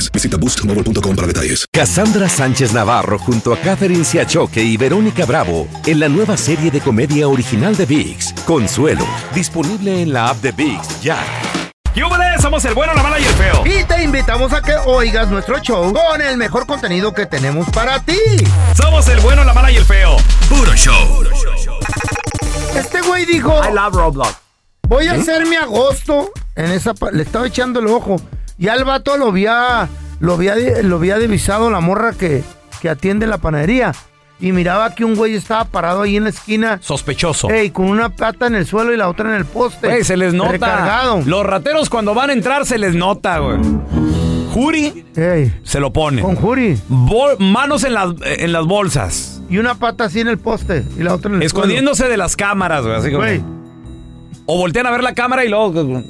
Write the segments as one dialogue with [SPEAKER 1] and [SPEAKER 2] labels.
[SPEAKER 1] Visita boostmobile.com para detalles.
[SPEAKER 2] Cassandra Sánchez Navarro junto a Catherine Siachoque y Verónica Bravo en la nueva serie de comedia original de VIX, Consuelo, disponible en la app de VIX ya.
[SPEAKER 3] ¡Yúbales! Somos el bueno, la mala y el feo.
[SPEAKER 4] Y te invitamos a que oigas nuestro show con el mejor contenido que tenemos para ti.
[SPEAKER 3] Somos el bueno, la mala y el feo.
[SPEAKER 2] Puro show.
[SPEAKER 4] Este güey dijo,
[SPEAKER 5] I love Roblox.
[SPEAKER 4] voy a hacer mi agosto en esa... pa- Le estaba echando el ojo. Ya el vato lo había, lo había, lo había divisado la morra que, que atiende la panadería. Y miraba que un güey estaba parado ahí en la esquina.
[SPEAKER 3] Sospechoso.
[SPEAKER 4] Ey, con una pata en el suelo y la otra en el poste.
[SPEAKER 3] Güey, se les nota.
[SPEAKER 4] Recargado.
[SPEAKER 3] Los rateros cuando van a entrar se les nota, güey. Juri
[SPEAKER 4] Ey,
[SPEAKER 3] se lo pone.
[SPEAKER 4] con Juri.
[SPEAKER 3] Bol- manos en las, eh, en las bolsas.
[SPEAKER 4] Y una pata así en el poste y la otra en el
[SPEAKER 3] Escondiéndose de las cámaras, güey. así
[SPEAKER 4] suelo.
[SPEAKER 3] como-
[SPEAKER 4] Güey,
[SPEAKER 3] O voltean a ver la cámara y luego.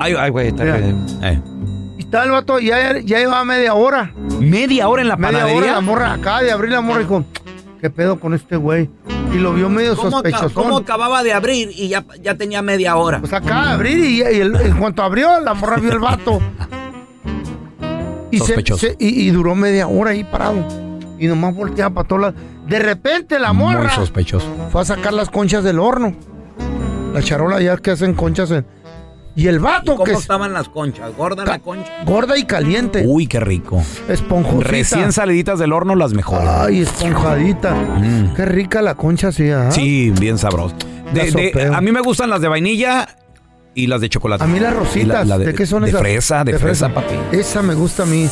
[SPEAKER 3] Ay, ay, güey. está
[SPEAKER 4] Mira.
[SPEAKER 3] bien. Eh.
[SPEAKER 4] y estaba el vato, ya, ya llevaba media hora.
[SPEAKER 3] Media hora en la
[SPEAKER 4] Media
[SPEAKER 3] panadería.
[SPEAKER 4] hora la morra acá de abrir la morra y dijo, ¿qué pedo con este güey? Y lo vio medio sospechoso.
[SPEAKER 5] acababa de abrir y ya, ya tenía media hora?
[SPEAKER 4] Pues acá de abrir y, y el- en cuanto abrió, la morra vio el vato. Y, se-
[SPEAKER 3] Sospechoso.
[SPEAKER 4] se- y, y duró media hora ahí parado. Y nomás volteaba para todos lados. De repente la
[SPEAKER 3] Muy
[SPEAKER 4] morra
[SPEAKER 3] sospechoso.
[SPEAKER 4] fue a sacar las conchas del horno. La charola ya que hacen conchas en- Y el vato que es
[SPEAKER 5] estaban las conchas? ¿Gorda
[SPEAKER 4] la
[SPEAKER 5] concha?
[SPEAKER 4] gorda y caliente,
[SPEAKER 3] Uy, qué rico.
[SPEAKER 4] esponjosita.
[SPEAKER 3] Uh, Recién saliditas del horno, las mejores.
[SPEAKER 4] Ay, esponjadita.
[SPEAKER 3] Mm.
[SPEAKER 4] Qué rica la concha sí, ¿ah?
[SPEAKER 3] Sí, bien sabroso. De-
[SPEAKER 4] La
[SPEAKER 3] de-
[SPEAKER 4] sopeo.
[SPEAKER 3] a mí me gustan las de vainilla y las de chocolate.
[SPEAKER 4] A mí las
[SPEAKER 3] Y la-
[SPEAKER 4] rositas,
[SPEAKER 3] la
[SPEAKER 4] de, qué son
[SPEAKER 3] de
[SPEAKER 4] esas?
[SPEAKER 3] Fresa, de, fresa, papi.
[SPEAKER 4] Esa me gusta a mí.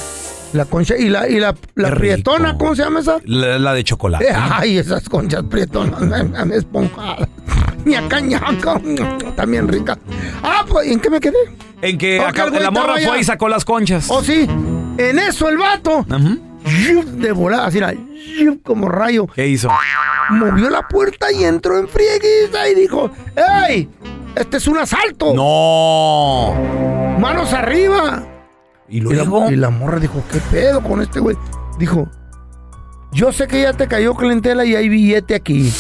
[SPEAKER 4] La concha y la y la, la
[SPEAKER 3] Qué
[SPEAKER 4] prietona,
[SPEAKER 3] rico.
[SPEAKER 4] ¿cómo se llama esa?
[SPEAKER 3] La, la de chocolate.
[SPEAKER 4] Eh, Ay, esas conchas prietonas, me, me, me esponjadas. Ñaca, ñaca, también rica. Ah, pues, ¿en qué me quedé?
[SPEAKER 3] En que
[SPEAKER 4] Ok,
[SPEAKER 3] acá-
[SPEAKER 4] el güey
[SPEAKER 3] la morra
[SPEAKER 4] estaba
[SPEAKER 3] fue
[SPEAKER 4] ya.
[SPEAKER 3] y sacó las conchas.
[SPEAKER 4] Oh, sí, en eso el vato,
[SPEAKER 3] Ujú.
[SPEAKER 4] yup, de volada, así era, yup, como rayo,
[SPEAKER 3] ¿Qué hizo?
[SPEAKER 4] movió la puerta y entró en frieguiza y dijo, ¡Ey! Este es un asalto.
[SPEAKER 3] No.
[SPEAKER 4] Manos arriba.
[SPEAKER 3] Y
[SPEAKER 4] Y
[SPEAKER 3] luego.
[SPEAKER 4] la, y la morra dijo, ¿qué pedo con este güey? Dijo, yo sé que ya te cayó clientela y hay billete aquí.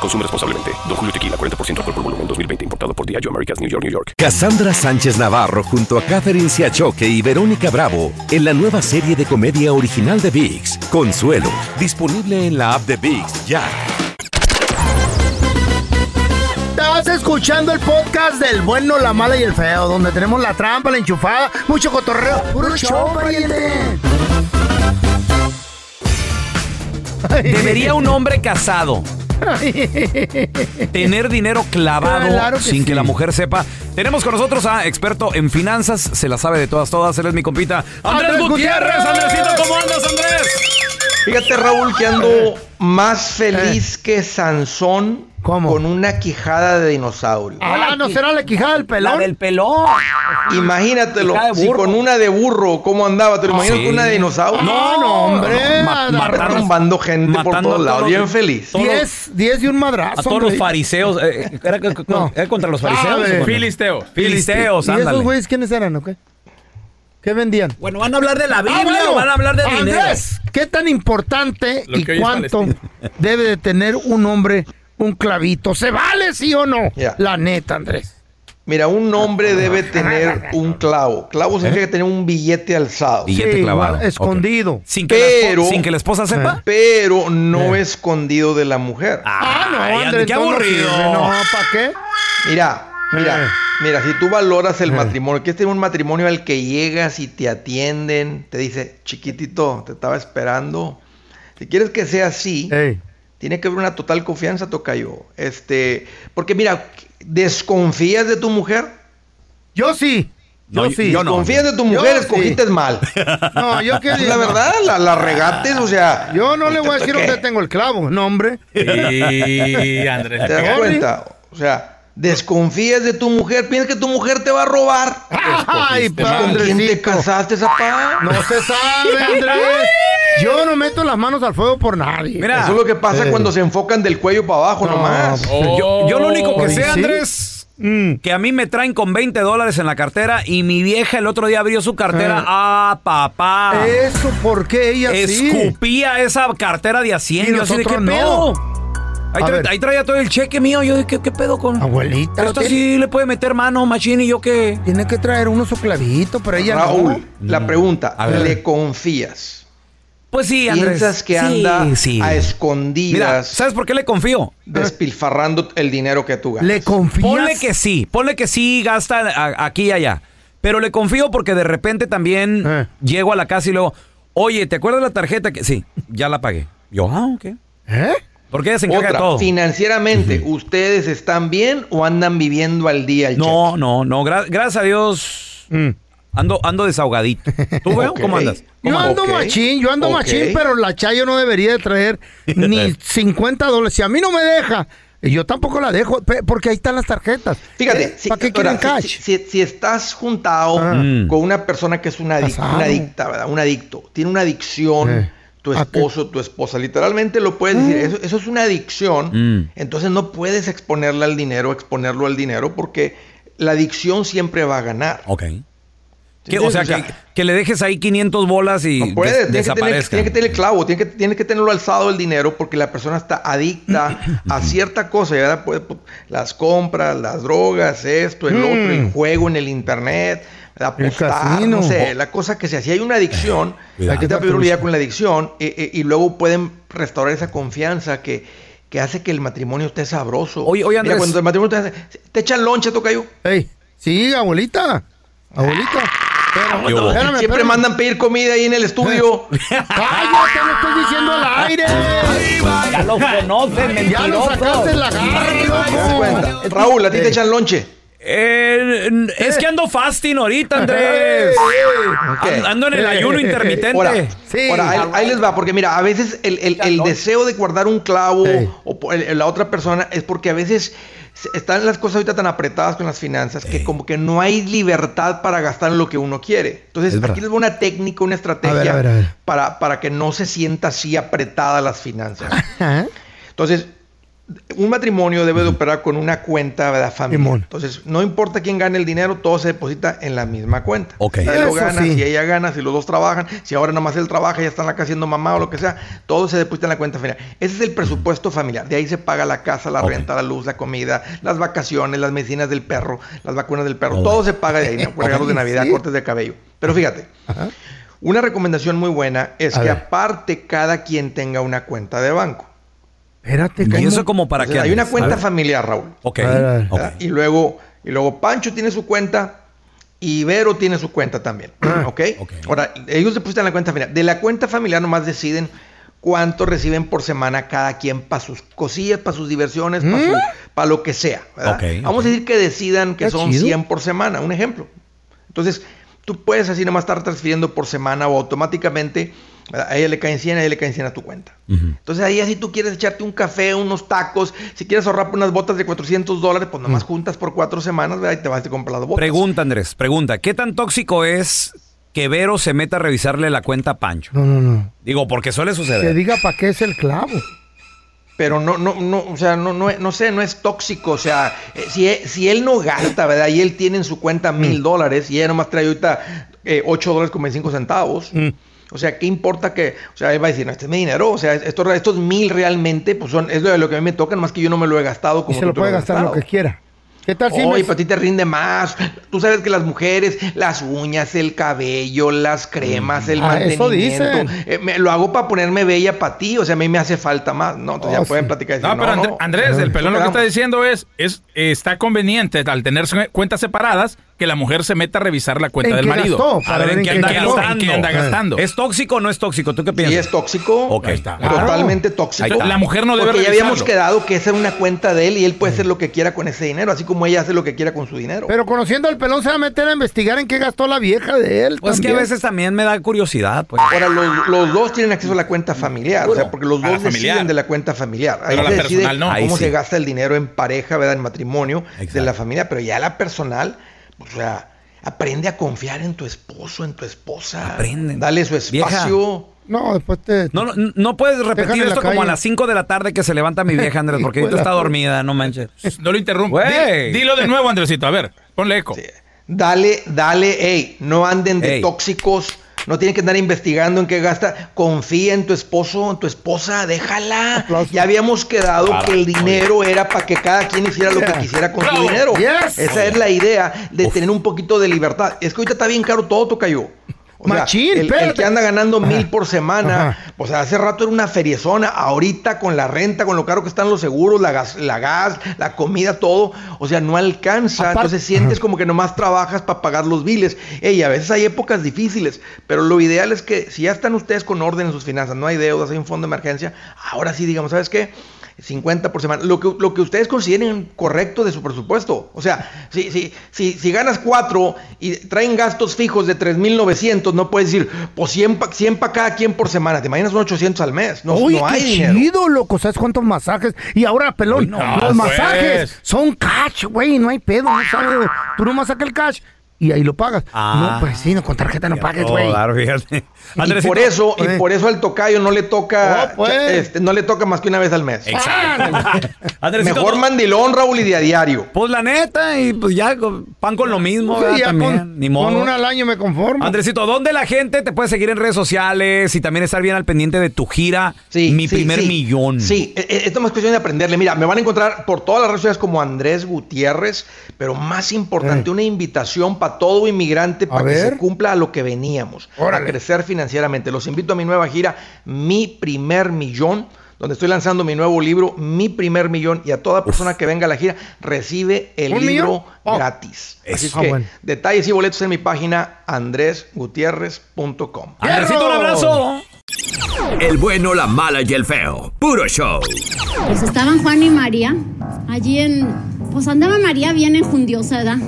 [SPEAKER 6] Consume responsablemente. Don Julio Tequila, 40% alcohol por volumen, 2020. Importado por Diageo Americas, New York, New York.
[SPEAKER 2] Cassandra Sánchez Navarro junto a Catherine Siachoque y Verónica Bravo en la nueva serie de comedia original de VIX, Consuelo, disponible en la app de VIX ya.
[SPEAKER 4] Estás escuchando el podcast del bueno, la mala y el feo, donde tenemos la trampa, la enchufada, mucho cotorreo. ¡Puro show, pariente!
[SPEAKER 3] Debería un hombre casado tener dinero clavado
[SPEAKER 4] Claro que
[SPEAKER 3] sin que
[SPEAKER 4] sí.
[SPEAKER 3] la mujer sepa. Tenemos con nosotros a experto en finanzas, se la sabe de todas, todas. Él es mi compita. Andrés,
[SPEAKER 7] Andrés
[SPEAKER 3] Gutiérrez,
[SPEAKER 7] Gutiérrez.
[SPEAKER 3] Andresito, ¿cómo andas, Andrés?
[SPEAKER 7] Fíjate, Raúl, que ando más
[SPEAKER 4] Eh.
[SPEAKER 7] feliz que Sansón con una quijada de dinosaurio.
[SPEAKER 4] Ah, no será la quijada del pelón.
[SPEAKER 7] La del pelón.
[SPEAKER 4] Ah,
[SPEAKER 7] Imagínatelo,
[SPEAKER 4] Quijada de
[SPEAKER 7] si
[SPEAKER 4] burro.
[SPEAKER 7] con una de burro, ¿cómo andaba? ¿Te lo
[SPEAKER 4] Ah,
[SPEAKER 7] imaginas
[SPEAKER 4] sí.
[SPEAKER 7] con una de dinosaurio?
[SPEAKER 4] No, no, hombre.
[SPEAKER 7] Ma-
[SPEAKER 4] Matando-
[SPEAKER 7] Andaba tumbando gente por
[SPEAKER 3] matando
[SPEAKER 7] todos
[SPEAKER 3] a
[SPEAKER 7] lados,
[SPEAKER 3] todos
[SPEAKER 7] bien
[SPEAKER 3] los-
[SPEAKER 7] feliz.
[SPEAKER 4] 10, 10 y un madrazo.
[SPEAKER 3] A todos los
[SPEAKER 4] hombre.
[SPEAKER 3] fariseos. eh, ¿Era, que- que- era contra los
[SPEAKER 4] Ah,
[SPEAKER 3] fariseos?
[SPEAKER 4] de-
[SPEAKER 3] Filisteos. Filisteos,
[SPEAKER 4] ¿Y esos
[SPEAKER 3] ándale.
[SPEAKER 4] güeyes quiénes eran o qué? ¿Qué vendían?
[SPEAKER 5] Bueno, ¿van a hablar de la
[SPEAKER 3] Ah,
[SPEAKER 5] Biblia o van a hablar de
[SPEAKER 4] Ah, Andrés,
[SPEAKER 5] dinero?
[SPEAKER 4] ¿qué tan importante
[SPEAKER 5] Lo que hoy
[SPEAKER 4] y
[SPEAKER 5] es
[SPEAKER 4] cuánto
[SPEAKER 5] Palestina.
[SPEAKER 4] debe de tener un hombre un clavito? ¿Se vale sí o no? La neta, Andrés.
[SPEAKER 7] Mira, un hombre debe tener un clavo. Clavo
[SPEAKER 4] ¿Eh?
[SPEAKER 7] significa tener un billete alzado.
[SPEAKER 3] Billete Sí, clavado. guarda- escondido. Sin que la espo- sin que la esposa sepa.
[SPEAKER 7] Pero no escondido de la mujer.
[SPEAKER 4] Eh. Ah, no,
[SPEAKER 7] Ay,
[SPEAKER 4] Andrés,
[SPEAKER 7] qué
[SPEAKER 4] todo no
[SPEAKER 7] aburrido.
[SPEAKER 4] sirve, No, ¿para qué?
[SPEAKER 7] Mira, mira,
[SPEAKER 4] Eh.
[SPEAKER 7] mira, si tú valoras el matrimonio, que este es un matrimonio al que llegas y te atienden, te dice, chiquitito, te estaba esperando. Si quieres que sea así, tiene que haber una total confianza, Tocayo. Este, porque mira, ¿desconfías de tu mujer?
[SPEAKER 4] Yo sí.
[SPEAKER 7] Yo
[SPEAKER 4] sí. yo no.
[SPEAKER 7] ¿Confías de tu
[SPEAKER 4] Yo
[SPEAKER 7] mujer?
[SPEAKER 4] sí.
[SPEAKER 7] Escogiste mal.
[SPEAKER 4] No, yo qué
[SPEAKER 7] La verdad, la, la regates, o sea.
[SPEAKER 4] Yo no le voy a decir
[SPEAKER 7] ¿qué?
[SPEAKER 4] dónde tengo el clavo, no, hombre.
[SPEAKER 7] ¿Te das cuenta? O sea, desconfías de tu mujer, piensas que tu mujer te va a robar.
[SPEAKER 4] Ay,
[SPEAKER 7] Pues, ¿Con quién te casaste, zapá?
[SPEAKER 4] No se sabe, Andrés. Yo no meto las manos al fuego por nadie.
[SPEAKER 7] Eso es lo que pasa cuando se enfocan del cuello para abajo nomás.
[SPEAKER 4] Oh,
[SPEAKER 3] Yo, yo lo único que sé,
[SPEAKER 7] Sí.
[SPEAKER 3] Andrés,
[SPEAKER 4] Mm.
[SPEAKER 3] que a mí me traen con 20 dólares en la cartera y mi vieja el otro día abrió su cartera.
[SPEAKER 4] Eh.
[SPEAKER 3] ¡Ah, papá!
[SPEAKER 4] Eso porque ella sí.
[SPEAKER 3] Escupía esa cartera de
[SPEAKER 4] Y
[SPEAKER 3] 100. Yo así de, ¿qué
[SPEAKER 4] nosotros no.
[SPEAKER 3] pedo? Ahí,
[SPEAKER 4] A
[SPEAKER 3] tra-
[SPEAKER 4] ver.
[SPEAKER 3] ahí traía todo el cheque mío. Yo de, ¿qué, qué pedo con...?
[SPEAKER 4] Abuelita.
[SPEAKER 3] Esto
[SPEAKER 4] tiene-
[SPEAKER 3] sí le puede meter mano, machín, y yo qué...
[SPEAKER 4] Tiene que traer uno su clavito, pero ella
[SPEAKER 7] Raúl, la pregunta,
[SPEAKER 4] ver.
[SPEAKER 7] ¿le confías?
[SPEAKER 3] Pues sí, Andrés.
[SPEAKER 7] ¿Piensas que
[SPEAKER 3] Sí,
[SPEAKER 7] anda
[SPEAKER 3] sí.
[SPEAKER 7] a escondidas?
[SPEAKER 3] Mira, ¿sabes por qué le confío?
[SPEAKER 7] Despilfarrando el dinero que tú ganas.
[SPEAKER 4] ¿Le confías?
[SPEAKER 3] Ponle que sí, ponle que sí, gasta a- aquí y allá. Pero le confío porque de repente también
[SPEAKER 4] Eh.
[SPEAKER 3] llego a la casa y luego, oye, ¿te acuerdas la tarjeta que.? Sí, ya la pagué. Yo, ah, ok.
[SPEAKER 4] ¿Eh?
[SPEAKER 3] Porque ella se encarga
[SPEAKER 7] Otra,
[SPEAKER 3] de todo.
[SPEAKER 7] financieramente, ¿ustedes están bien o andan viviendo al día? El
[SPEAKER 3] No, no, no. gra- gracias a Dios.
[SPEAKER 4] Mm.
[SPEAKER 3] Ando, ando desahogadito. ¿Tú, veo
[SPEAKER 7] Ok.
[SPEAKER 3] ¿Cómo andas?
[SPEAKER 4] Yo
[SPEAKER 3] ¿Cómo
[SPEAKER 4] ando
[SPEAKER 3] andas?
[SPEAKER 4] machín, yo ando
[SPEAKER 3] Ok.
[SPEAKER 4] machín, pero la Chayo no debería de traer ni 50 dólares. Si a mí no me deja, yo tampoco la dejo, pe- porque ahí están las tarjetas.
[SPEAKER 7] Fíjate,
[SPEAKER 4] Eh,
[SPEAKER 7] si,
[SPEAKER 4] ¿para qué
[SPEAKER 7] ahora,
[SPEAKER 4] quieren cash?
[SPEAKER 7] si- si- si estás juntado
[SPEAKER 4] Ah.
[SPEAKER 7] Mm. con una persona que es una, adic-
[SPEAKER 4] Casado.
[SPEAKER 7] una adicta, ¿verdad? Un adicto, tiene una adicción,
[SPEAKER 4] Eh.
[SPEAKER 7] tu
[SPEAKER 4] Ah,
[SPEAKER 7] esposo, tu esposa, literalmente lo puedes decir,
[SPEAKER 4] Mm.
[SPEAKER 7] eso, eso es una adicción,
[SPEAKER 8] Mm.
[SPEAKER 7] entonces no puedes exponerla al dinero, exponerlo al dinero, porque la adicción siempre va a ganar.
[SPEAKER 3] Ok. Que- o sea, que, que le dejes ahí 500 bolas y
[SPEAKER 7] No puede,
[SPEAKER 3] des-
[SPEAKER 7] tiene que, tener,
[SPEAKER 3] desaparezca.
[SPEAKER 7] tiene que tener el clavo, tiene que, tiene que tenerlo alzado el dinero porque la persona está adicta a cierta cosa, ¿verdad? Pues, pues, las compras, las drogas, esto, el otro, el juego en el internet, apostar,
[SPEAKER 4] Mm. casino. Eh,
[SPEAKER 7] no sé, la cosa que sea. Si hay una adicción,
[SPEAKER 4] Cuidado.
[SPEAKER 7] hay que tener prioridad con la adicción eh, eh, y luego pueden restaurar esa confianza que, que hace que el matrimonio esté sabroso.
[SPEAKER 4] Oye, oye,
[SPEAKER 7] Mira,
[SPEAKER 4] Andrés.
[SPEAKER 7] cuando el matrimonio te, hace- te echan lonche, toca yo.
[SPEAKER 4] Ey, sí, abuelita. Abuelita.
[SPEAKER 7] Ah, ¿Qué hubo?
[SPEAKER 4] espérame,
[SPEAKER 7] Siempre
[SPEAKER 4] espérame.
[SPEAKER 7] mandan pedir comida ahí en el estudio.
[SPEAKER 4] ¡Cállate, lo estoy diciendo al aire!
[SPEAKER 5] Ya lo conoces,
[SPEAKER 4] Ya lo
[SPEAKER 5] mentiroso.
[SPEAKER 4] sacaste en la garra,
[SPEAKER 7] Raúl, ¿a ti te echan lonche?
[SPEAKER 8] es que ando fasting ahorita, Andrés. An- Ando en el ayuno intermitente.
[SPEAKER 7] Ahora, ahora, ahí, ahí les va, porque mira, a veces el, el- el deseo de guardar un clavo o por- el- la otra persona es porque a veces se- están las cosas ahorita tan apretadas con las finanzas que como que no hay libertad para gastar en lo que uno quiere. Entonces,
[SPEAKER 4] Es verdad.
[SPEAKER 7] aquí les va una técnica, una estrategia
[SPEAKER 4] ver, a ver, a ver.
[SPEAKER 7] Para, para que no se sienta así apretada las finanzas.
[SPEAKER 4] Ajá.
[SPEAKER 7] Entonces, un matrimonio debe de operar con una cuenta de familia.
[SPEAKER 4] Simón.
[SPEAKER 7] Entonces, no importa quién gane el dinero, todo se deposita en la misma cuenta.
[SPEAKER 4] Ok.
[SPEAKER 7] Si él lo
[SPEAKER 4] Eso
[SPEAKER 7] gana,
[SPEAKER 4] sí.
[SPEAKER 7] si ella gana, si los dos trabajan, si ahora nomás él trabaja, ya está en la casa haciendo mamá o lo que sea, todo se deposita en la cuenta familiar. Ese es el presupuesto familiar. De ahí se paga la casa, la renta, la luz, la comida, las vacaciones, las medicinas del perro, las vacunas del perro. Todo se paga de ahí, ¿no? regalos de
[SPEAKER 4] Ok,
[SPEAKER 7] Navidad,
[SPEAKER 4] sí.
[SPEAKER 7] cortes de cabello. Pero fíjate, una recomendación muy buena es
[SPEAKER 4] A
[SPEAKER 7] que
[SPEAKER 4] ver.
[SPEAKER 7] aparte cada quien tenga una cuenta de banco.
[SPEAKER 4] Espérate,
[SPEAKER 3] ¿Y eso como para qué?
[SPEAKER 7] Hay una
[SPEAKER 3] Andrés?
[SPEAKER 7] cuenta
[SPEAKER 3] A ver.
[SPEAKER 7] familiar, Raúl.
[SPEAKER 3] Ok.
[SPEAKER 4] A ver, a ver.
[SPEAKER 7] ¿verdad? Y luego, y luego Pancho tiene su cuenta y Vero tiene su cuenta también.
[SPEAKER 3] Ah,
[SPEAKER 7] ¿ok? Ahora, ellos depositan la cuenta familiar. De la cuenta familiar nomás deciden cuánto reciben por semana cada quien para sus cosillas, para sus diversiones, para lo que sea. ¿verdad?
[SPEAKER 3] Mm. Ok,
[SPEAKER 7] Vamos a decir que decidan que
[SPEAKER 4] Está
[SPEAKER 7] son
[SPEAKER 4] chido.
[SPEAKER 7] 100 por semana, un ejemplo. Entonces, tú puedes así nomás estar transfiriendo por semana o automáticamente ¿verdad? a ella le caen 100, a ella le caen 100 a tu cuenta. Entonces ahí si tú quieres echarte un café, unos tacos, si quieres ahorrar unas botas de 400 dólares, pues
[SPEAKER 4] Mm.
[SPEAKER 7] nomás juntas por cuatro semanas, ¿verdad? Y te vas a comprar las botas.
[SPEAKER 3] Pregunta, Andrés, pregunta. ¿Qué tan tóxico es que Vero se meta a revisarle la cuenta a Pancho?
[SPEAKER 4] No, no, no.
[SPEAKER 3] Digo, porque suele
[SPEAKER 4] Que
[SPEAKER 3] suceder.
[SPEAKER 4] diga para qué es el clavo.
[SPEAKER 7] Pero no, no, no, o sea, no, no, no sé, no es tóxico, o sea, eh, si, e- si él no gasta, ¿verdad? Y él tiene en su cuenta
[SPEAKER 4] Mm.
[SPEAKER 7] mil dólares y ella nomás trae ahorita eh, 8 dólares con 25 centavos.
[SPEAKER 4] Mm.
[SPEAKER 7] O sea, ¿qué importa que, o sea, él va a decir, no, este es mi dinero, o sea, estos, estos mil realmente, pues son, es lo de lo que a mí me toca, más que yo no me lo he gastado
[SPEAKER 4] Y
[SPEAKER 7] como
[SPEAKER 4] se
[SPEAKER 7] tú
[SPEAKER 4] lo
[SPEAKER 7] te
[SPEAKER 4] puede
[SPEAKER 7] has
[SPEAKER 4] gastar
[SPEAKER 7] gastado.
[SPEAKER 4] lo que quiera. ¿Qué tal si
[SPEAKER 7] Oye,
[SPEAKER 4] me-
[SPEAKER 7] para ti te rinde más. Tú sabes que las mujeres, las uñas, el cabello, las cremas, el
[SPEAKER 4] Ah, eso
[SPEAKER 7] mantenimiento.
[SPEAKER 4] dicen.
[SPEAKER 7] eh, me- lo hago para ponerme bella para ti. O sea, a mí me hace falta más. No, entonces ya
[SPEAKER 4] Oh,
[SPEAKER 7] pueden platicar. y decir,
[SPEAKER 8] No, pero Andr- Andrés, el pelón lo que está
[SPEAKER 7] quedamos.
[SPEAKER 8] diciendo es, es eh, está conveniente al tener su- cuentas separadas que la mujer se meta a revisar la cuenta
[SPEAKER 3] ¿En
[SPEAKER 8] del
[SPEAKER 3] qué
[SPEAKER 8] marido.
[SPEAKER 3] gastó?
[SPEAKER 8] a
[SPEAKER 3] Para
[SPEAKER 8] ver en qué anda
[SPEAKER 3] gastó.
[SPEAKER 8] gastando. en qué anda
[SPEAKER 3] Eh.
[SPEAKER 8] gastando.
[SPEAKER 3] ¿Es tóxico o no es tóxico? ¿Tú qué piensas?
[SPEAKER 7] Sí, es tóxico.
[SPEAKER 3] Ok.
[SPEAKER 7] Totalmente
[SPEAKER 3] Claro. Ahí
[SPEAKER 7] tóxico.
[SPEAKER 3] está. La mujer no debe
[SPEAKER 7] Porque ya
[SPEAKER 3] revisarlo.
[SPEAKER 7] habíamos quedado que esa era una cuenta de él y él puede hacer lo que quiera con ese dinero, así como ella hace lo que quiera con su dinero.
[SPEAKER 4] Mm. Pero conociendo al pelón se va a meter a investigar en qué gastó la vieja de él.
[SPEAKER 3] Pues que a
[SPEAKER 4] también.
[SPEAKER 3] veces también me da curiosidad, pues.
[SPEAKER 7] Ahora, los, los dos tienen acceso a la cuenta familiar, o sea, porque los
[SPEAKER 3] A la
[SPEAKER 7] dos deciden
[SPEAKER 3] familiar.
[SPEAKER 7] de la cuenta familiar. Ahí
[SPEAKER 3] Pero
[SPEAKER 7] se
[SPEAKER 3] la
[SPEAKER 7] decide
[SPEAKER 3] personal no. Ahí
[SPEAKER 7] cómo
[SPEAKER 3] sí.
[SPEAKER 7] se gasta el dinero en pareja, ¿verdad? En matrimonio, de la familia, pero ya la personal, pues, o sea, aprende a confiar en tu esposo, en tu esposa. Aprende. Dale su espacio.
[SPEAKER 4] No, después te.
[SPEAKER 3] No, no, no puedes repetir
[SPEAKER 7] Déjame en la
[SPEAKER 3] esto como a
[SPEAKER 7] calle.
[SPEAKER 3] las 5 de la tarde que se levanta mi vieja, Andrés, porque ahorita
[SPEAKER 8] Hijo de
[SPEAKER 3] está
[SPEAKER 8] la-
[SPEAKER 3] dormida, no manches.
[SPEAKER 8] No lo interrumpa.
[SPEAKER 3] Güey.
[SPEAKER 8] Di- Dilo de nuevo, Andresito. A ver, ponle eco.
[SPEAKER 7] Dale, dale, ey, no anden de
[SPEAKER 8] Ey.
[SPEAKER 7] tóxicos. No tienen que andar investigando en qué gasta. Confía en tu esposo, en tu esposa, déjala. Ya habíamos quedado
[SPEAKER 4] Bravo,
[SPEAKER 7] que el dinero era para que cada quien hiciera lo que
[SPEAKER 4] Yeah.
[SPEAKER 7] quisiera con su
[SPEAKER 4] Bravo.
[SPEAKER 7] dinero.
[SPEAKER 4] Yes.
[SPEAKER 7] Esa es la idea de tener un poquito de libertad. Es que ahorita está bien caro todo, tocayo. O sea,
[SPEAKER 4] Machín,
[SPEAKER 7] el- el,
[SPEAKER 4] espérate.
[SPEAKER 7] que anda ganando mil por semana, o sea, hace rato era una feriezona, ahorita con la renta, con lo caro que están los seguros, la gas, la, gas, la comida, todo, o sea, no alcanza. Entonces sientes como que nomás trabajas para pagar los biles. Ey, a veces hay épocas difíciles, pero lo ideal es que si ya están ustedes con orden en sus finanzas, no hay deudas, hay un fondo de emergencia, ahora sí, digamos, ¿sabes qué? 50 por semana, lo que, lo que ustedes consideren correcto de su presupuesto. O sea, si, si, si, si ganas 4 y traen gastos fijos de 3.900, no puedes decir, pues 100 para cada quien por semana. Te imaginas son 800 al mes. No,
[SPEAKER 4] Uy,
[SPEAKER 7] no hay
[SPEAKER 4] qué
[SPEAKER 7] dinero.
[SPEAKER 4] chido, loco. ¿Sabes cuántos masajes? Y ahora, pelón,
[SPEAKER 7] no,
[SPEAKER 4] los
[SPEAKER 7] pues.
[SPEAKER 4] masajes son cash, güey. No hay pedo, no sabes. Tú nomás saca el cash y ahí lo pagas.
[SPEAKER 3] Ah.
[SPEAKER 4] no, pues sí, no, con tarjeta no pagues, güey.
[SPEAKER 3] Oh, Claro, fíjate.
[SPEAKER 7] y
[SPEAKER 3] Andresito.
[SPEAKER 7] por eso, y por eso al tocayo no le toca,
[SPEAKER 4] Oh, pues.
[SPEAKER 7] este, no le toca más que una vez al mes.
[SPEAKER 3] Andresito,
[SPEAKER 7] Mejor
[SPEAKER 3] no-
[SPEAKER 7] mandilón, Raúl, y de a diario.
[SPEAKER 3] Pues la neta, y pues ya con- pan con lo mismo,
[SPEAKER 4] Sí,
[SPEAKER 3] ¿verdad?
[SPEAKER 4] ya
[SPEAKER 3] También,
[SPEAKER 4] con-
[SPEAKER 3] ni modo.
[SPEAKER 4] con una al año me conformo.
[SPEAKER 3] Andresito, ¿dónde la gente te puede seguir en redes sociales y también estar bien al pendiente de tu gira Mi
[SPEAKER 7] sí,
[SPEAKER 3] Primer
[SPEAKER 7] sí.
[SPEAKER 3] Millón?
[SPEAKER 7] Sí, e- e- esto más cuestión de aprenderle. Mira, Eh. me van a encontrar por todas las redes sociales como Andrés Gutiérrez, pero más importante, una invitación para para todo inmigrante para que se cumpla a lo que veníamos,
[SPEAKER 4] Órale.
[SPEAKER 7] a crecer financieramente. Los invito a mi nueva gira, Mi Primer Millón, donde estoy lanzando mi nuevo libro, Mi Primer Millón, y a toda persona que venga a la gira recibe el
[SPEAKER 4] ¿Un
[SPEAKER 7] libro
[SPEAKER 4] millón? Oh.
[SPEAKER 7] gratis. Así es
[SPEAKER 4] Ah,
[SPEAKER 7] que
[SPEAKER 4] bueno.
[SPEAKER 7] detalles y boletos en mi página andresgutierrez.com.
[SPEAKER 9] Andresito, un abrazo. El bueno, la mala y el feo. Puro show.
[SPEAKER 10] Pues estaban Juan y María allí en. Pues andaba María bien enjundiosa, ¿verdad?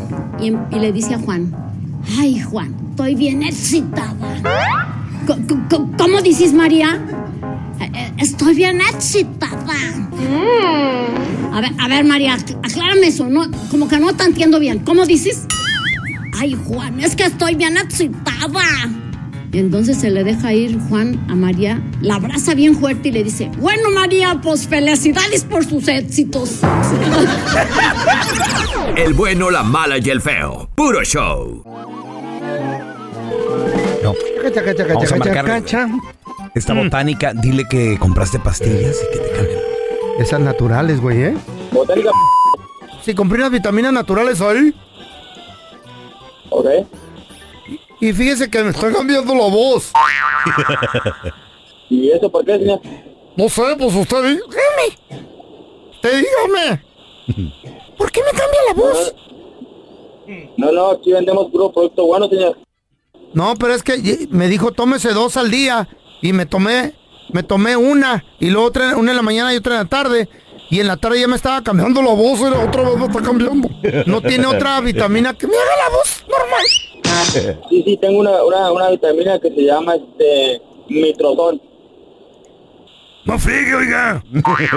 [SPEAKER 10] Y, en- y le dice a Juan: Ay, Juan, estoy bien excitada. Co- co- co- ¿Cómo, dices, María? "Eh, eh, Estoy bien excitada. A ver, a ver, María, ac- aclárame eso. No, como que no te entiendo bien. ¿Cómo dices? Ay, Juan, es que estoy bien excitada. Entonces se le deja ir Juan a María, la abraza bien fuerte y le dice, bueno María, pues felicidades por sus éxitos.
[SPEAKER 9] El bueno, la mala y el feo. Puro show.
[SPEAKER 4] Chaca, chaca, chaca,
[SPEAKER 3] Vamos a
[SPEAKER 4] chaca,
[SPEAKER 3] marcarle,
[SPEAKER 4] chaca,
[SPEAKER 3] güey. Esta botánica, dile que compraste pastillas y que te cambien.
[SPEAKER 4] Esas naturales, güey, ¿eh?
[SPEAKER 11] Botánica.
[SPEAKER 4] Si compré unas vitaminas naturales ahí.
[SPEAKER 11] Ok.
[SPEAKER 4] Y fíjese que me está cambiando la voz.
[SPEAKER 11] ¿Y eso por qué, señor?
[SPEAKER 4] No sé, pues usted di- dígame. Usted dígame. ¿Por qué me cambia la voz?
[SPEAKER 11] No, no, aquí vendemos puro producto bueno, señor.
[SPEAKER 4] No, pero es que ye- me dijo tómese dos al día. Y me tomé, me tomé una. Y luego otra, una en la mañana y otra en la tarde. Y en la tarde ya me estaba cambiando la voz. era otra vez me está cambiando. No tiene otra vitamina que me haga la voz normal.
[SPEAKER 11] Sí, sí, tengo una, una, una vitamina que se llama este mitrozón.
[SPEAKER 12] No friegue, oiga.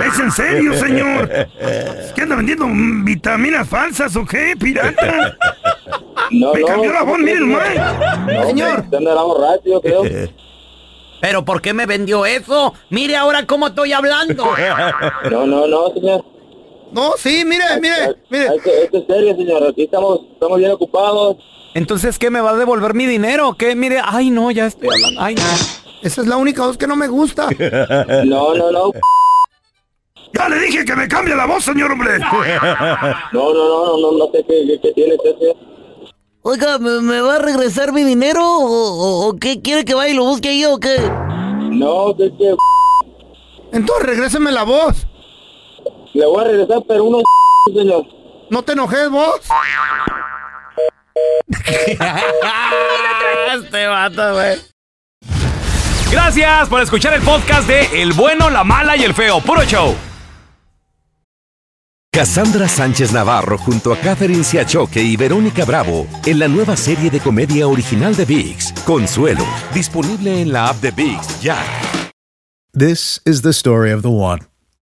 [SPEAKER 12] Es en serio, señor. ¿Es que anda vendiendo mm, vitaminas falsas o qué, pirata?
[SPEAKER 11] No,
[SPEAKER 12] Me
[SPEAKER 11] no,
[SPEAKER 12] cambió la voz, miren,
[SPEAKER 11] No,
[SPEAKER 13] Señor.
[SPEAKER 11] Usted andará borracho, yo creo.
[SPEAKER 13] ¿Pero por qué me vendió eso? Mire ahora cómo estoy hablando.
[SPEAKER 11] No, no, no, señor.
[SPEAKER 4] No, sí, mire,
[SPEAKER 11] mire, mire. Esto, esto es serio, señor. Aquí estamos, estamos bien ocupados.
[SPEAKER 3] Entonces, ¿qué me va a devolver mi dinero? o ¿Qué? Mire, ay, no, ya estoy hablando. Ay, no.
[SPEAKER 4] Esa es la única voz que no me gusta.
[SPEAKER 11] No, no, no.
[SPEAKER 12] Ya le dije que me cambie la voz, señor, hombre.
[SPEAKER 11] No, no, no, no, no, no sé qué, qué, qué tiene usted, señor.
[SPEAKER 14] Oiga, ¿me, me va a regresar mi dinero o, o- o qué? ¿Quiere que vaya y lo busque ahí o qué?
[SPEAKER 11] No, que que
[SPEAKER 4] Entonces regréseme la voz.
[SPEAKER 11] Le voy a regresar, pero uno, señor.
[SPEAKER 4] No te enojes vos.
[SPEAKER 15] este vato, güey. Gracias por escuchar el podcast de El bueno, la mala y el feo. Puro show.
[SPEAKER 2] Cassandra Sánchez Navarro junto a Catherine Siachoque y Verónica Bravo en la nueva serie de comedia original de VIX, Consuelo, disponible en la app de VIX ya.
[SPEAKER 16] This is the story of the one.